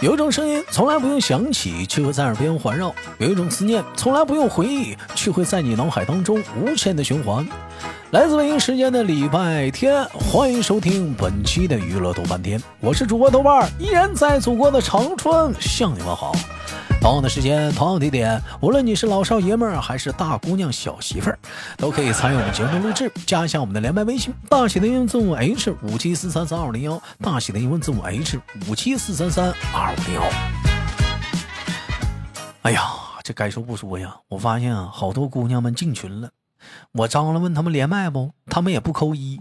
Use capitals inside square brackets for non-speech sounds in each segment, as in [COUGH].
有一种声音从来不用想起，却会在耳边环绕；有一种思念从来不用回忆，却会在你脑海当中无限的循环。来自北京时间的礼拜天，欢迎收听本期的娱乐豆瓣天，我是主播豆瓣儿，依然在祖国的长春向你们好。同样的时间，同样地点，无论你是老少爷们儿还是大姑娘小媳妇儿，都可以参与我们节目的录制，加一下我们的连麦微信，大写的英文字母 H 五七四三三二零幺，大写的英文字母 H 五七四三三二五零幺。哎呀，这该说不说呀，我发现啊，好多姑娘们进群了，我张罗问他们连麦不，他们也不扣一，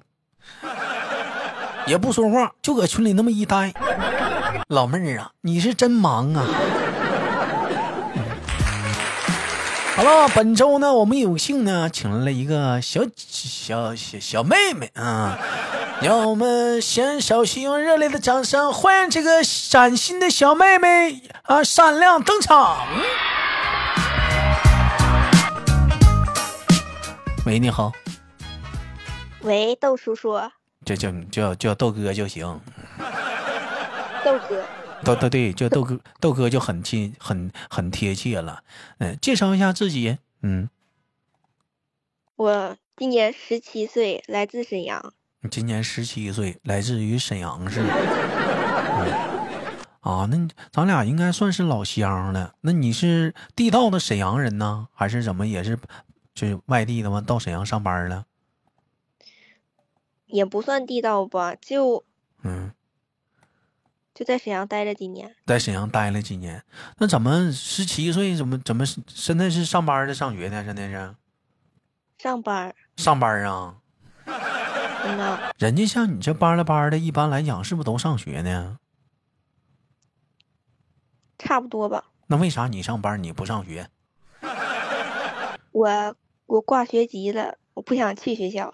也不说话，就搁群里那么一待。老妹儿啊，你是真忙啊！好了，本周呢，我们有幸呢，请来了一个小小小小妹妹啊，让我们先首先用热烈的掌声欢迎这个崭新的小妹妹啊，闪亮登场。喂，你好，喂，豆叔叔，这叫叫叫豆哥就行，豆哥，豆豆对，叫豆哥，豆哥就很亲，很很贴切了。嗯，介绍一下自己，嗯，我今年十七岁，来自沈阳。你今年十七岁，来自于沈阳市。嗯、啊，那你咱俩应该算是老乡了。那你是地道的沈阳人呢，还是怎么？也是就是外地的吗？到沈阳上班了？也不算地道吧，就嗯，就在沈阳待了几年。在沈阳待了几年。那怎么十七岁怎么怎么是现在是上班的上学呢？现在是上班儿，上班啊？嗯呐，人家像你这班了班的，一般来讲是不是都上学呢？差不多吧。那为啥你上班你不上学？我我挂学籍了，我不想去学校。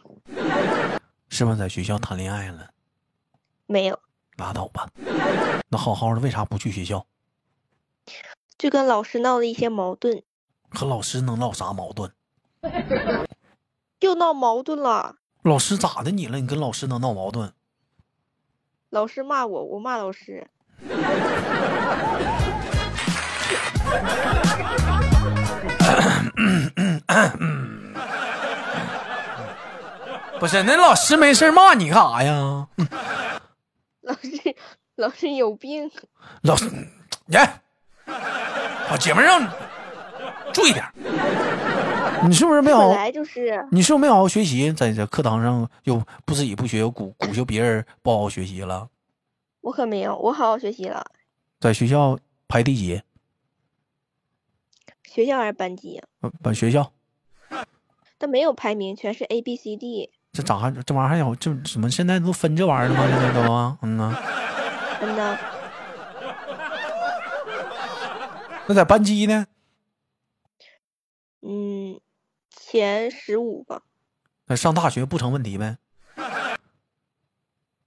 是不是在学校谈恋爱了？没有，拉倒吧。那好好的为啥不去学校？就跟老师闹了一些矛盾，和老师能闹啥矛盾？又闹矛盾了。老师咋的你了？你跟老师能闹矛盾？老师骂我，我骂老师。不是，那老师没事儿骂你干啥呀？嗯老师，老师有病。老师，哎，我姐们儿让你注意点儿，你是不是没本好？来就是你是不是没好好学习？在这课堂上又不自己不学，又鼓鼓励别人不好好学习了？我可没有，我好好学习了。在学校排第几？学校还是班级，呃把学校但没有排名，全是 A B C D。这咋还这玩意儿还有这怎么现在都分这玩意儿了吗？现在都啊，嗯呐。嗯呐。那在班级呢？嗯，前十五吧，那上大学不成问题呗？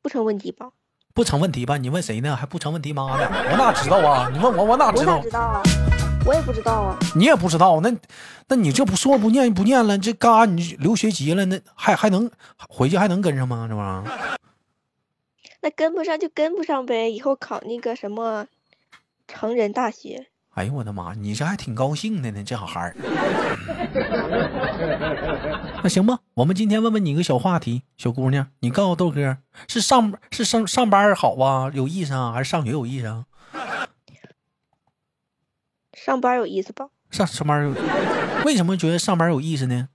不成问题吧？不成问题吧？你问谁呢？还不成问题妈呢？我哪知道啊？你问我，我哪我知哪道知？道啊？我也不知道啊。你也不知道，那那你这不说不念不念了，这嘎你留学籍了，那还还能回去还能跟上吗？这玩意儿那跟不上就跟不上呗，以后考那个什么成人大学。哎呦我的妈！你这还挺高兴的呢，这小孩儿。 [LAUGHS] 那行吧，我们今天问问你一个小话题，小姑娘，你告诉豆哥，是上是上上班儿好啊，有意思啊，还是上学有意思啊？上班有意思吧？上上班儿有，为什么觉得上班儿有意思呢？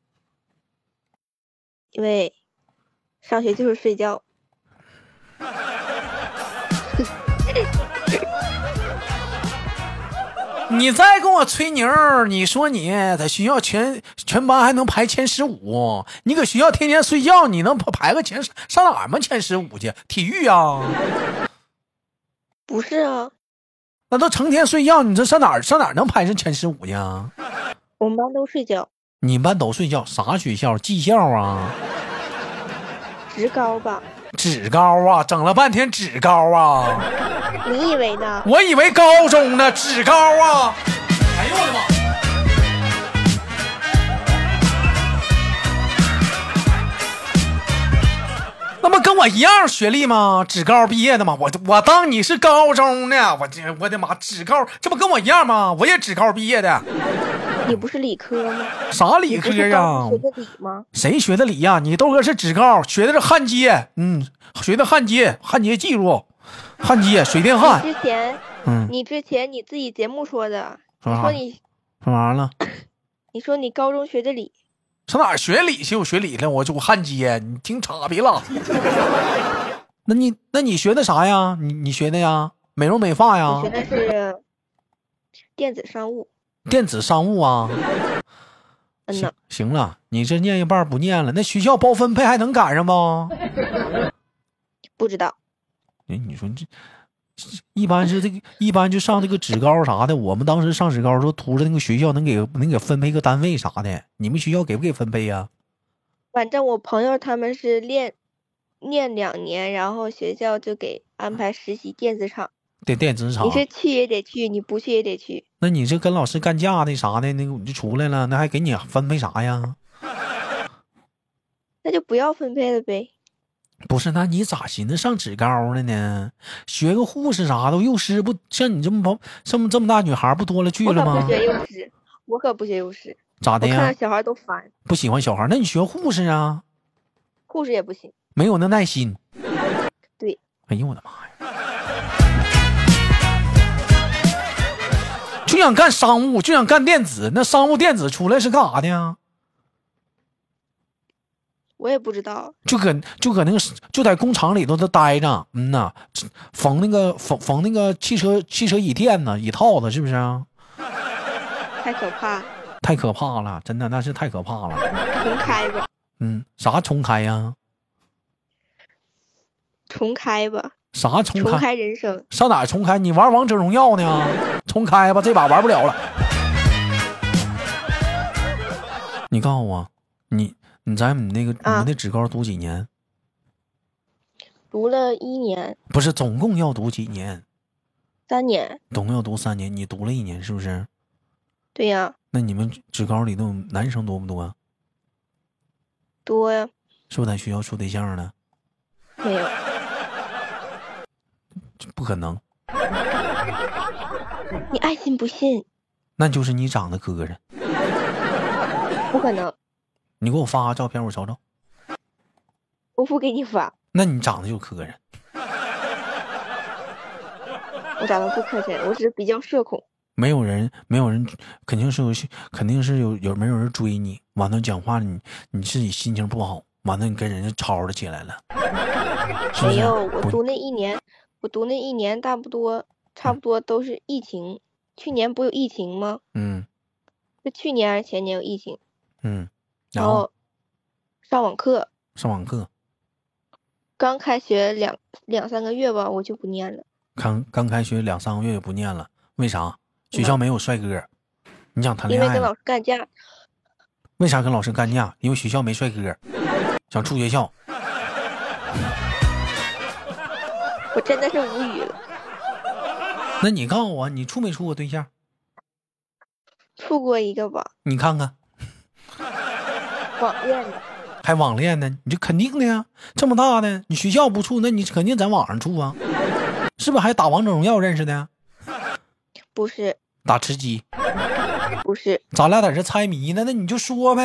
因为上学就是睡觉，你再跟我吹牛儿，你说你在学校全全班还能排前十五，你搁学校天天睡觉，你能排排个前上哪儿吗？前十五去？体育啊，不是啊？那都成天睡觉，你这上哪儿上哪儿能排上前十五去啊？我们班都睡觉，你们班都睡觉，啥学校？技校啊，职高吧？职高啊，整了半天职高啊，你以为呢？我以为高中呢，职高啊，哎呦我的妈！那么跟我一样学历吗？职高毕业的吗？我我当你是高中呢，我这我的妈，职高这不跟我一样吗？我也职高毕业的，你不是理科吗？啥理你科不呀、是刚学的理吗？谁学的理呀、你豆哥是职高，学的是焊接，嗯，学的焊接，焊接技术，焊接水电焊，之前嗯，你之前你自己节目说的，说啥你说？你说完了？你说你高中学的理，上哪儿学理去？我学理了，我就焊接，你听岔别了。那你那你学的啥呀？你你学的呀？美容美发呀我学？的是电子商务。电子商务啊？嗯行呐，行了，你这念一半儿不念了，那学校包分配还能赶上不？不知道，哎，你说这这一般是这个，一般就上这个职高啥的。我们当时上职高的时候，图着那个学校能给能给分配个单位啥的。你们学校给不给分配呀、反正我朋友他们是练念两年，然后学校就给安排实习电子厂，电电子厂你，是去也得去，你不去也得去。那你这跟老师干架的啥的，那个你就出来了，那还给你分配啥呀？那就不要分配了呗。不是，那你咋寻思上职高了呢？学个护士啥的，幼师不像你这么跑这么这么大女孩不多了去我了可不吗？学幼师，我可不学幼师，咋我的看呀到？小孩都烦，不喜欢小孩儿，那你学护士啊？护士也不行。没有那耐心。对，哎呦我的妈呀！就想干商务，就想干电子，那商务电子出来是干啥的呀？我也不知道，就搁就搁那个就在工厂里头都待着，嗯呐，缝那个缝缝那个汽车汽车椅垫呢，椅套子是不是啊？太可怕了，太可怕了，真的那是太可怕了。重开吧，嗯，啥重开呀？重开吧，啥重重开？开人生。上哪儿重开？你玩王者荣耀呢？重开吧，这把玩不了了。你告诉我，你你在你那个你啊们那职高读几年？读了一年、不是，总共要读几年？三年，总共要读三年，你读了一年是不是？对呀、那你们职高里头男生多不多啊？多呀，是不是在学校处对象呢？没有，这不可能，你爱信不信？那就是你长得磕碜。不可能，你给我发个照片，我瞅瞅。我不给你发，那你长得就磕碜。我长得不磕碜，我只是比较社恐。没有人，没有人，肯定是有些，肯定是有有没有人追你。完了讲话你你自己心情不好，完了你跟人家吵吵起来了，是不没是？有，我不读那一年，我读那一年大不多，差不多都是疫情。去年不有疫情吗？嗯是去年还是前年有疫情？哦嗯，然然后后上网课，上网课，刚开学两两三个月吧，我就不念了。刚刚开学两三个月就不念了，为啥？学嗯校没有帅哥，你想谈因恋为爱跟了？老师干架，为啥跟老师干架？因为学校没帅哥，想处学校。我真的是无语了。那你告诉我，你处没处过对象？处过一个吧，你看看，网恋的，还网恋呢？你这肯定的呀，这么大的，你学校不处，那你肯定在网上处啊，是不是？还打王者荣耀认识的，不是打吃鸡，不是，咱俩在这猜谜呢，那你就说呗。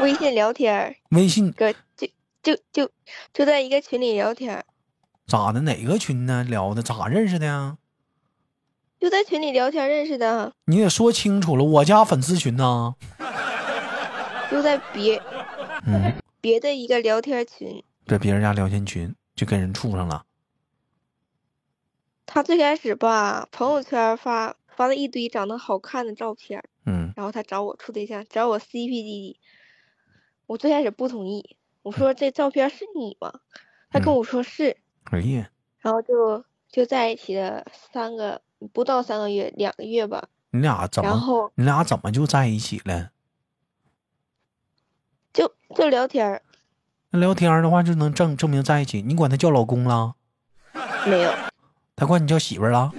微信聊天儿，微信搁就就就就在一个群里聊天儿，咋的？哪个群呢？聊的咋认识的呀？就在群里聊天认识的，你得说清楚了，我家粉丝群呐、就在别嗯，别的一个聊天群。在别人家聊天群就跟人处上了，他最开始吧，朋友圈发发了一堆长得好看的照片儿，嗯，然后他找我处对象，找我 CP 弟弟。我最开始不同意，我说这照片是你吗？他跟嗯我说是，哎呀，然后就就在一起了三个不到三个月，两个月吧。你俩怎然么，后你俩怎么就在一起了？就就聊天儿，那聊天的话就能证证明在一起，你管他叫老公了，没有他管你叫媳妇儿了？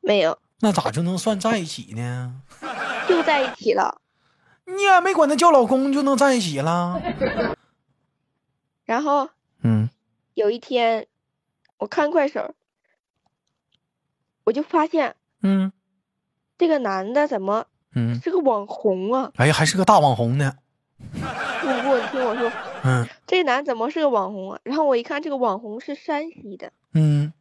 没有，那咋就能算在一起呢？就在一起了。你也没管他叫老公就能在一起了？然后嗯有一天，我看快手儿，我就发现嗯这个男的怎么嗯，是个网红啊？哎呀，还是个大网红呢。不不，你听我说，嗯这男怎么是个网红啊？然后我一看，这个网红是山西的，嗯，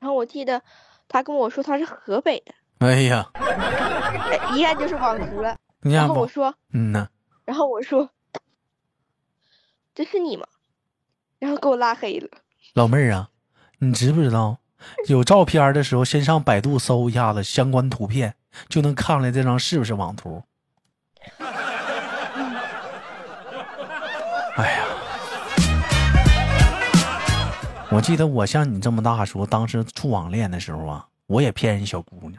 然后我记得他跟我说他是河北的，哎呀，哎一看就是网红了。你然看后我不？说，嗯呐，然后我说，这是你吗？然后给我拉黑了。老妹儿啊，你知不知道，有照片儿的时候，先上百度搜一下子相关图片，就能看出来这张是不是网图。 [LAUGHS] 哎呀，我记得我像你这么大的时候，当时处网恋的时候啊，我也骗人小姑娘，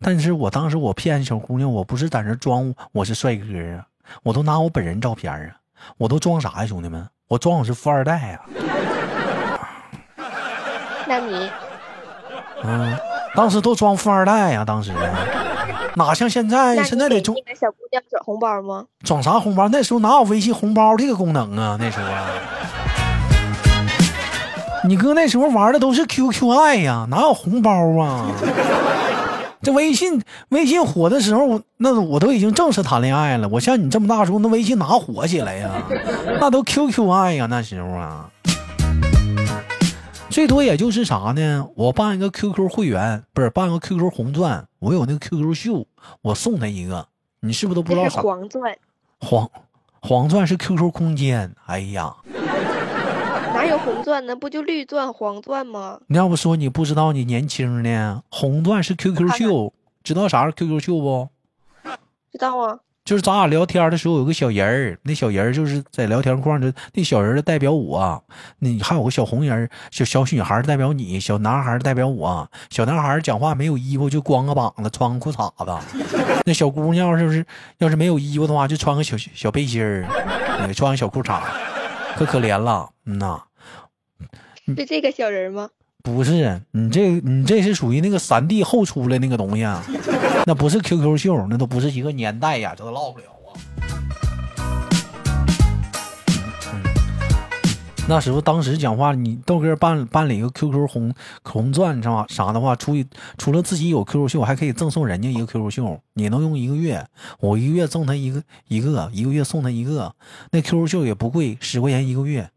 但是我当时我骗人小姑娘，我不是在那装我是帅哥啊，我都拿我本人照片儿啊，我都装啥呀，兄弟们，我装我是富二代啊。那你嗯，当时都装富二代呀、当时哪像现在，那现你在给得装那个小姑娘转红包吗？装啥红包？那时候哪有微信红包这个功能啊？那时候啊，你哥那时候玩的都是 QQ 爱呀、哪有红包啊？这微信微信火的时候，我那我都已经正式谈恋爱了。我像你这么大时候，那微信哪火起来呀、那都 QQ 爱呀、那时候啊，最多也就是啥呢？我办一个 QQ 会员，不是办个 QQ 红钻，我有那个 QQ 秀，我送他一个。你是不是都不知道这是啥？黄钻，黄黄钻是 QQ 空间，哎呀，哪有红钻呢？不就绿钻、黄钻吗？你要不说你不知道你年轻呢？红钻是 QQ 秀，知道啥是 QQ 秀不？知道吗？就是咱俩聊天的时候有个小人儿，那小人儿就是在聊天框里，那小人儿代表我，啊你还有个小红人儿，小小女孩儿代表你，小男孩儿代表我，小男孩儿讲话没有衣服就光个膀子，穿个裤衩子， [LAUGHS] 那小姑娘要是不是要是没有衣服的话，就穿个小小背心儿，嗯穿个小裤衩，可可怜了，嗯呐、嗯是这个小人吗？不是啊你这你这是属于那个三 D 后出来那个东西啊，那不是 QQ 秀，那都不是一个年代呀，这都唠不了啊。嗯那时候当时讲话，你豆哥办办理一个 QQ 红红钻啥啥的话，出去除了自己有 QQ 秀，还可以赠送人家一个 QQ 秀，你能用一个月，我一个月赠他一个一个，一个月送他一个，那 QQ 秀也不贵，十块钱一个月。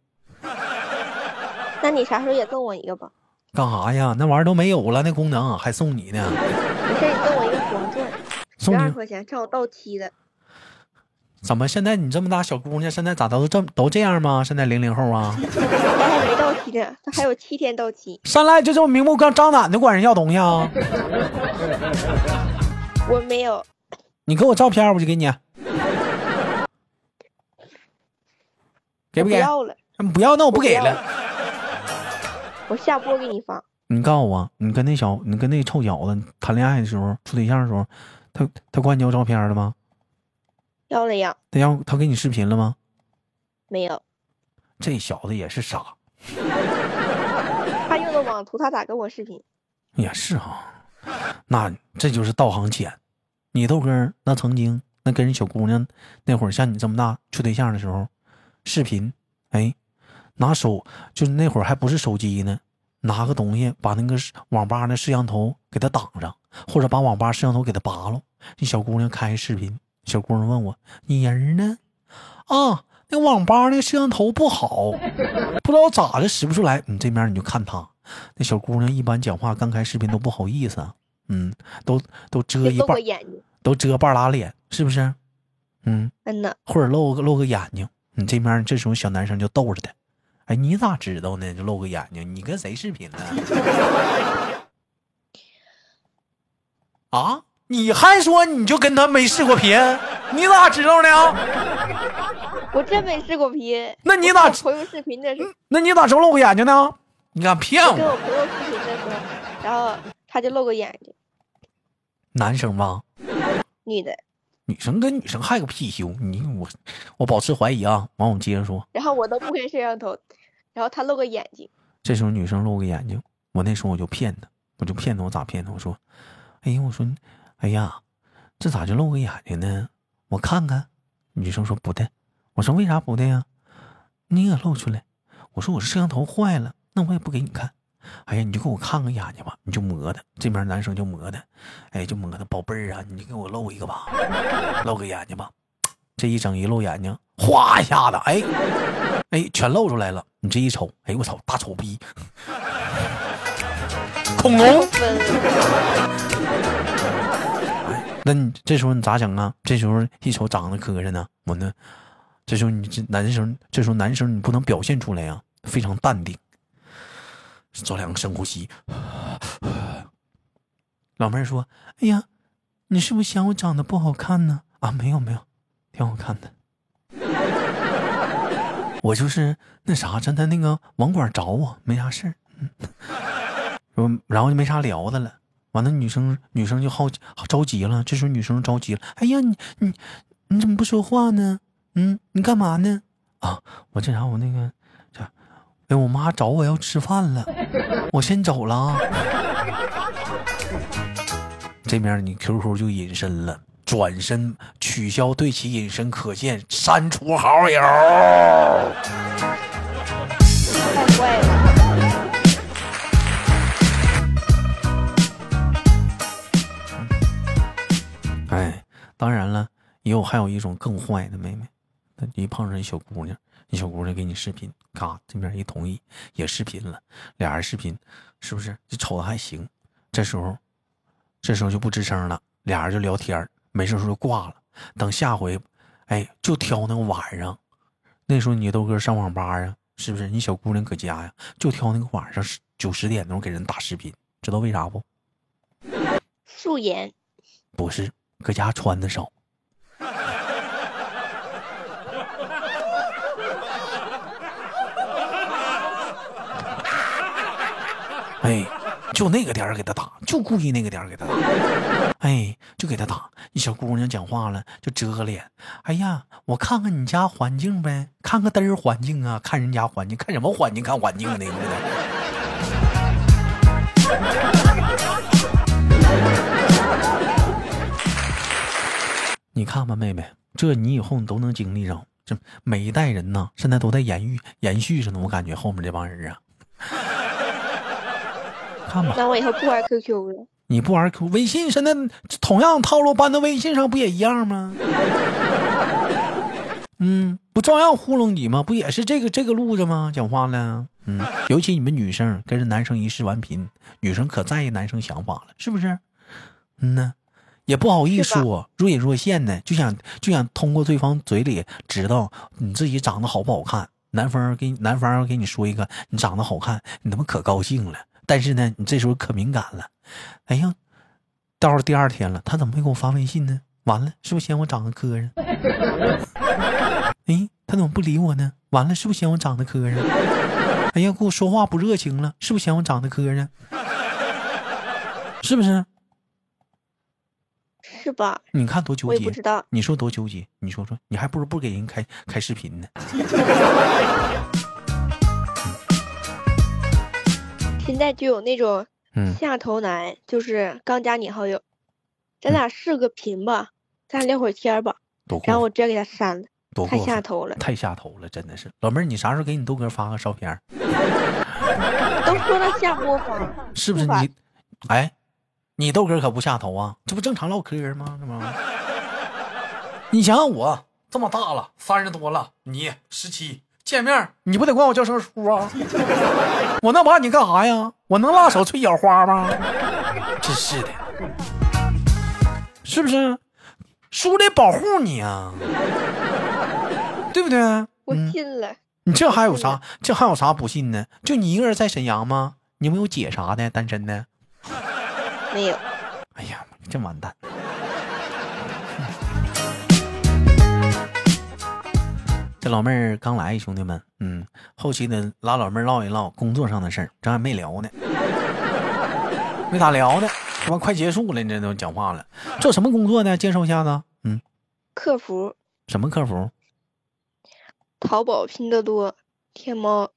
那你啥时候也赠我一个吧？干啥呀？那玩意儿都没有了，那功能还送你呢，没事，你赠我一个黄钻，送十你二块钱，正好到期了。怎么现在你这么大小姑娘，现在咋都这都这样吗？现在零零后啊，他还没到期呢，他还有七天到期。上来就这么明目张张胆的管人要东西啊？我没有，你给我照片，我就给你，啊给不我不给？要了，嗯不要，那我不给我不要了。我下播给你发。你告诉我，你跟那小，你跟那臭小子谈恋爱的时候，处对象的时候，他他管你要照片了吗？要了呀？他要他给你视频了吗？没有，这小子也是傻，他用的网图，他咋跟我视频？也是啊，那这就是道行浅。你豆哥儿那曾经那跟人小姑娘那会儿，像你这么大处对象的时候，视频，哎，拿手就是那会儿还不是手机呢，拿个东西把那个摄网吧那摄像头给它挡上，或者把网吧摄像头给它拔了。那小姑娘开视频，小姑娘问我：“你人呢？”啊，那网吧那摄像头不好，不知道咋的使不出来。你这面你就看她，那小姑娘一般讲话刚开视频都不好意思啊，嗯，都都遮就呃一露半个，眼睛。都遮半拉脸，是不是？嗯，嗯呐，或者露个露个眼睛，你这面这时候小男生就逗着他，哎，你咋知道呢？就露个眼睛，你跟谁视频呢？ [LAUGHS] 啊，你还说你就跟他没视过频，你咋知道呢？我真没试过皮。那你咋我跟我朋友视频的时候，那你咋知道露个眼睛呢？你敢骗跟我？我朋友视频的时候，然后他就露个眼睛，男生吧，女的。女生跟女生还有个屁羞，你我我保持怀疑啊。完，我接着说，然后我都不开摄像头，然后他露个眼睛，这时候女生露个眼睛，我那时候我就骗她，我就骗她，我咋骗她？我说，哎呀，我说，哎呀，这咋就露个眼睛呢？我看看。女生说不对，我说为啥不对呀、你给露出来。我说我摄像头坏了，那我也不给你看。哎呀，你就给我看看眼睛吧，你就磨的。这边男生就磨的，哎，就磨的，宝贝儿啊，你就给我露一个吧，露个眼睛吧。这一整一露眼睛，哗一下子，哎，哎，全露出来了。你这一瞅，哎，我操，大丑逼， [LAUGHS] 恐龙。分那你这时候你咋整啊？这时候一瞅长得磕碜呢，我呢，这时候你这男生，这时候男生你不能表现出来呀、非常淡定，做两个深呼吸。老妹儿说：“哎呀，你是不是嫌我长得不好看呢？”啊，没有没有，挺好看的。 [LAUGHS] 我就是那啥，真的那个网管找我，没啥事儿。嗯， [LAUGHS] 然后就没啥聊的了。完了，女生女生就好奇着急了。这时候女生着急了，哎呀，你你你怎么不说话呢？嗯，你干嘛呢？啊，我这啥，我那个这，哎，我妈找我要吃饭了，我先走了啊。这面你 QQ 就隐身了，转身取消对其隐身可见，删除好友。太怪了，哎，当然了，也有还有一种更坏的妹妹，她一碰上一小姑娘，一小姑娘给你视频，嘎，这边一同意也视频了，俩人视频，是不是就瞅着还行？这时候，这时候就不吱声了，俩人就聊天儿，没事儿时候就挂了。等下回，哎，就挑那个晚上，那时候你豆哥上网吧呀，是不是？你小姑娘搁家呀，就挑那个晚上十九十点钟给人打视频，知道为啥不？素颜不是，搁家穿的少。哎，就那个点儿给他打，就故意那个点儿给他打，哎，就给他打。一小姑娘讲话了，就遮个脸。哎呀，我看看你家环境呗，看个嘚儿环境啊，看人家环境，看什么环境？看环境呢？你这都 [LAUGHS] 你看吧，妹妹，这你以后你都能经历着。这每一代人呢，现在都在延续延续着呢。我感觉后面这帮人啊， [LAUGHS] 看吧，那我以后不玩 QQ 了。你不玩 Q 微信，现在同样套路搬到微信上不也一样吗？嗯，不照样糊弄你吗？不也是这个这个路子吗？讲话了，嗯，尤其你们女生跟着男生一世顽贫，女生可在意男生想法了，是不是？嗯呢，也不好意思是吧说，若隐若现的，就想就想通过对方嘴里知道你自己长得好不好看。男方给你男方给你说一个你长得好看，你他妈可高兴了，但是呢，你这时候可敏感了。哎呀，到了第二天了，他怎么没给我发微信呢？完了，是不是嫌我长得磕碜？哎，他怎么不理我呢？完了，是不是嫌我长得磕碜？ [LAUGHS] 哎呀，跟我说话不热情了，是不是嫌我长得磕碜？ [LAUGHS] 是不是？是吧？你看多纠我也不结知。道，你说多纠结？你说说，你还不如不给人开开视频呢。现在就有那种嗯，下头男，就是刚加你好友，嗯咱俩视个频吧，咱俩聊会儿天儿吧，多然后过我分，直接给他删了，多太过下分，头了。太下头了，真的是。老妹儿，你啥时候给你豆哥发个照片儿？都说了下播房， [LAUGHS] 是不是不吧你？哎，你豆哥可不下头啊，这不正常唠嗑吗？这不，你想想我这么大了，三十多了，你十七，见面儿你不得管我叫声叔啊？ [LAUGHS] 我能把你干啥呀？我能辣手吹小花吗？ [LAUGHS] 真是的，是不是？叔得保护你啊，对不对？我嗯信了，你这还有啥？这还有啥不信呢？就你一个人在沈阳吗？你有没有姐啥的？单身的？没有。哎呀，真完蛋！ [LAUGHS] 这老妹儿刚来，兄弟们，嗯，后期呢拉老妹儿唠一唠工作上的事儿，咱还没聊呢， [LAUGHS] 没咋聊呢，这不快结束了，你这都讲话了，做什么工作呢？介绍一下子，嗯，客服、什么客服？淘宝、拼多多、天猫、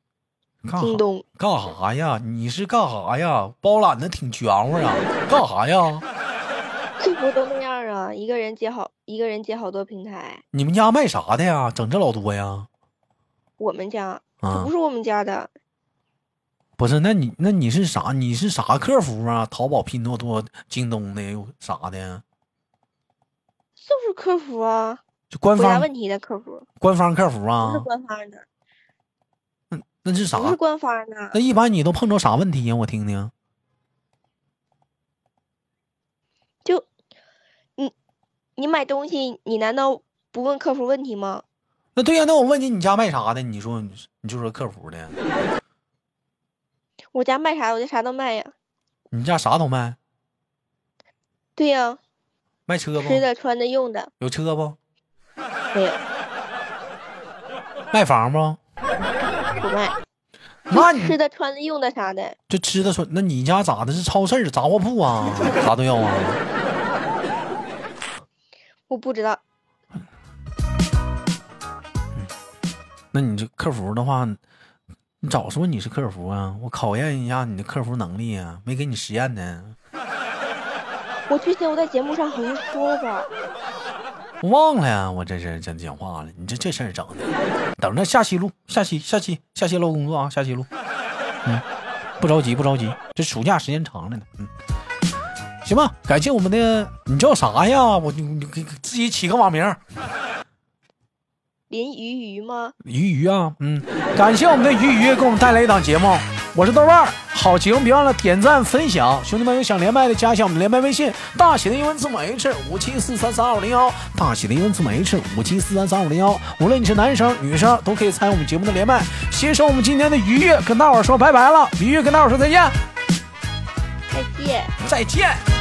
干京啥？东，干啥呀？你是干啥呀？包揽的挺全乎啊，干啥呀？这不都那样啊？一个人接好，一个人接好多平台。你们家卖啥的呀？整这老多呀？我们家可啊不，是我们家的，不是，那你那你是啥？你是啥客服啊？淘宝、拼多多、京东的有啥的？就是客服啊，就官回答方问题的客服，官方客服不是啊？官方的，那是啥？不是官方的那，一般你都碰着啥问题呀？我听听。就你你买东西，你难道不问客服问题吗？那对呀、那我问你，你家卖啥的？你说你你就说客服的，我家卖啥，我就啥都卖呀。你家啥都卖？对呀，卖车不？吃的、穿的、用的有车不？没有卖房不？不卖，那就你 [LAUGHS] 吃的、穿的、用的啥的，就吃的说，那你家咋的？是超市、杂货铺啊，啥都要啊？我不知道。那你这客服的话，你早说你是客服啊！我考验一下你的客服能力啊，没给你实验呢，我之前我在节目上好像说了吧，我忘了呀！我这是真讲话了，你这这事儿整的，等着下期录，下期下期下期唠工作啊，下期录，嗯，不着急不着急，这暑假时间长了呢，嗯。行吧，感谢我们的，你叫啥呀？我你你给给自己起个网名儿，林鱼鱼吗？鱼鱼啊，嗯，感谢我们的鱼鱼给我们带来一档节目。我是豆瓣儿，好节目别忘了点赞分享。兄弟们有想连麦的，加一下我们连麦微信，大写的英文字母 H 五七四三三二五零幺，大写的英文字母 H 五七四三三二五零幺。无论你是男生女生，都可以参与我们节目的连麦。携手我们今天的鱼鱼，跟大伙儿说拜拜了。鱼鱼跟大伙儿说再见，再见。再见。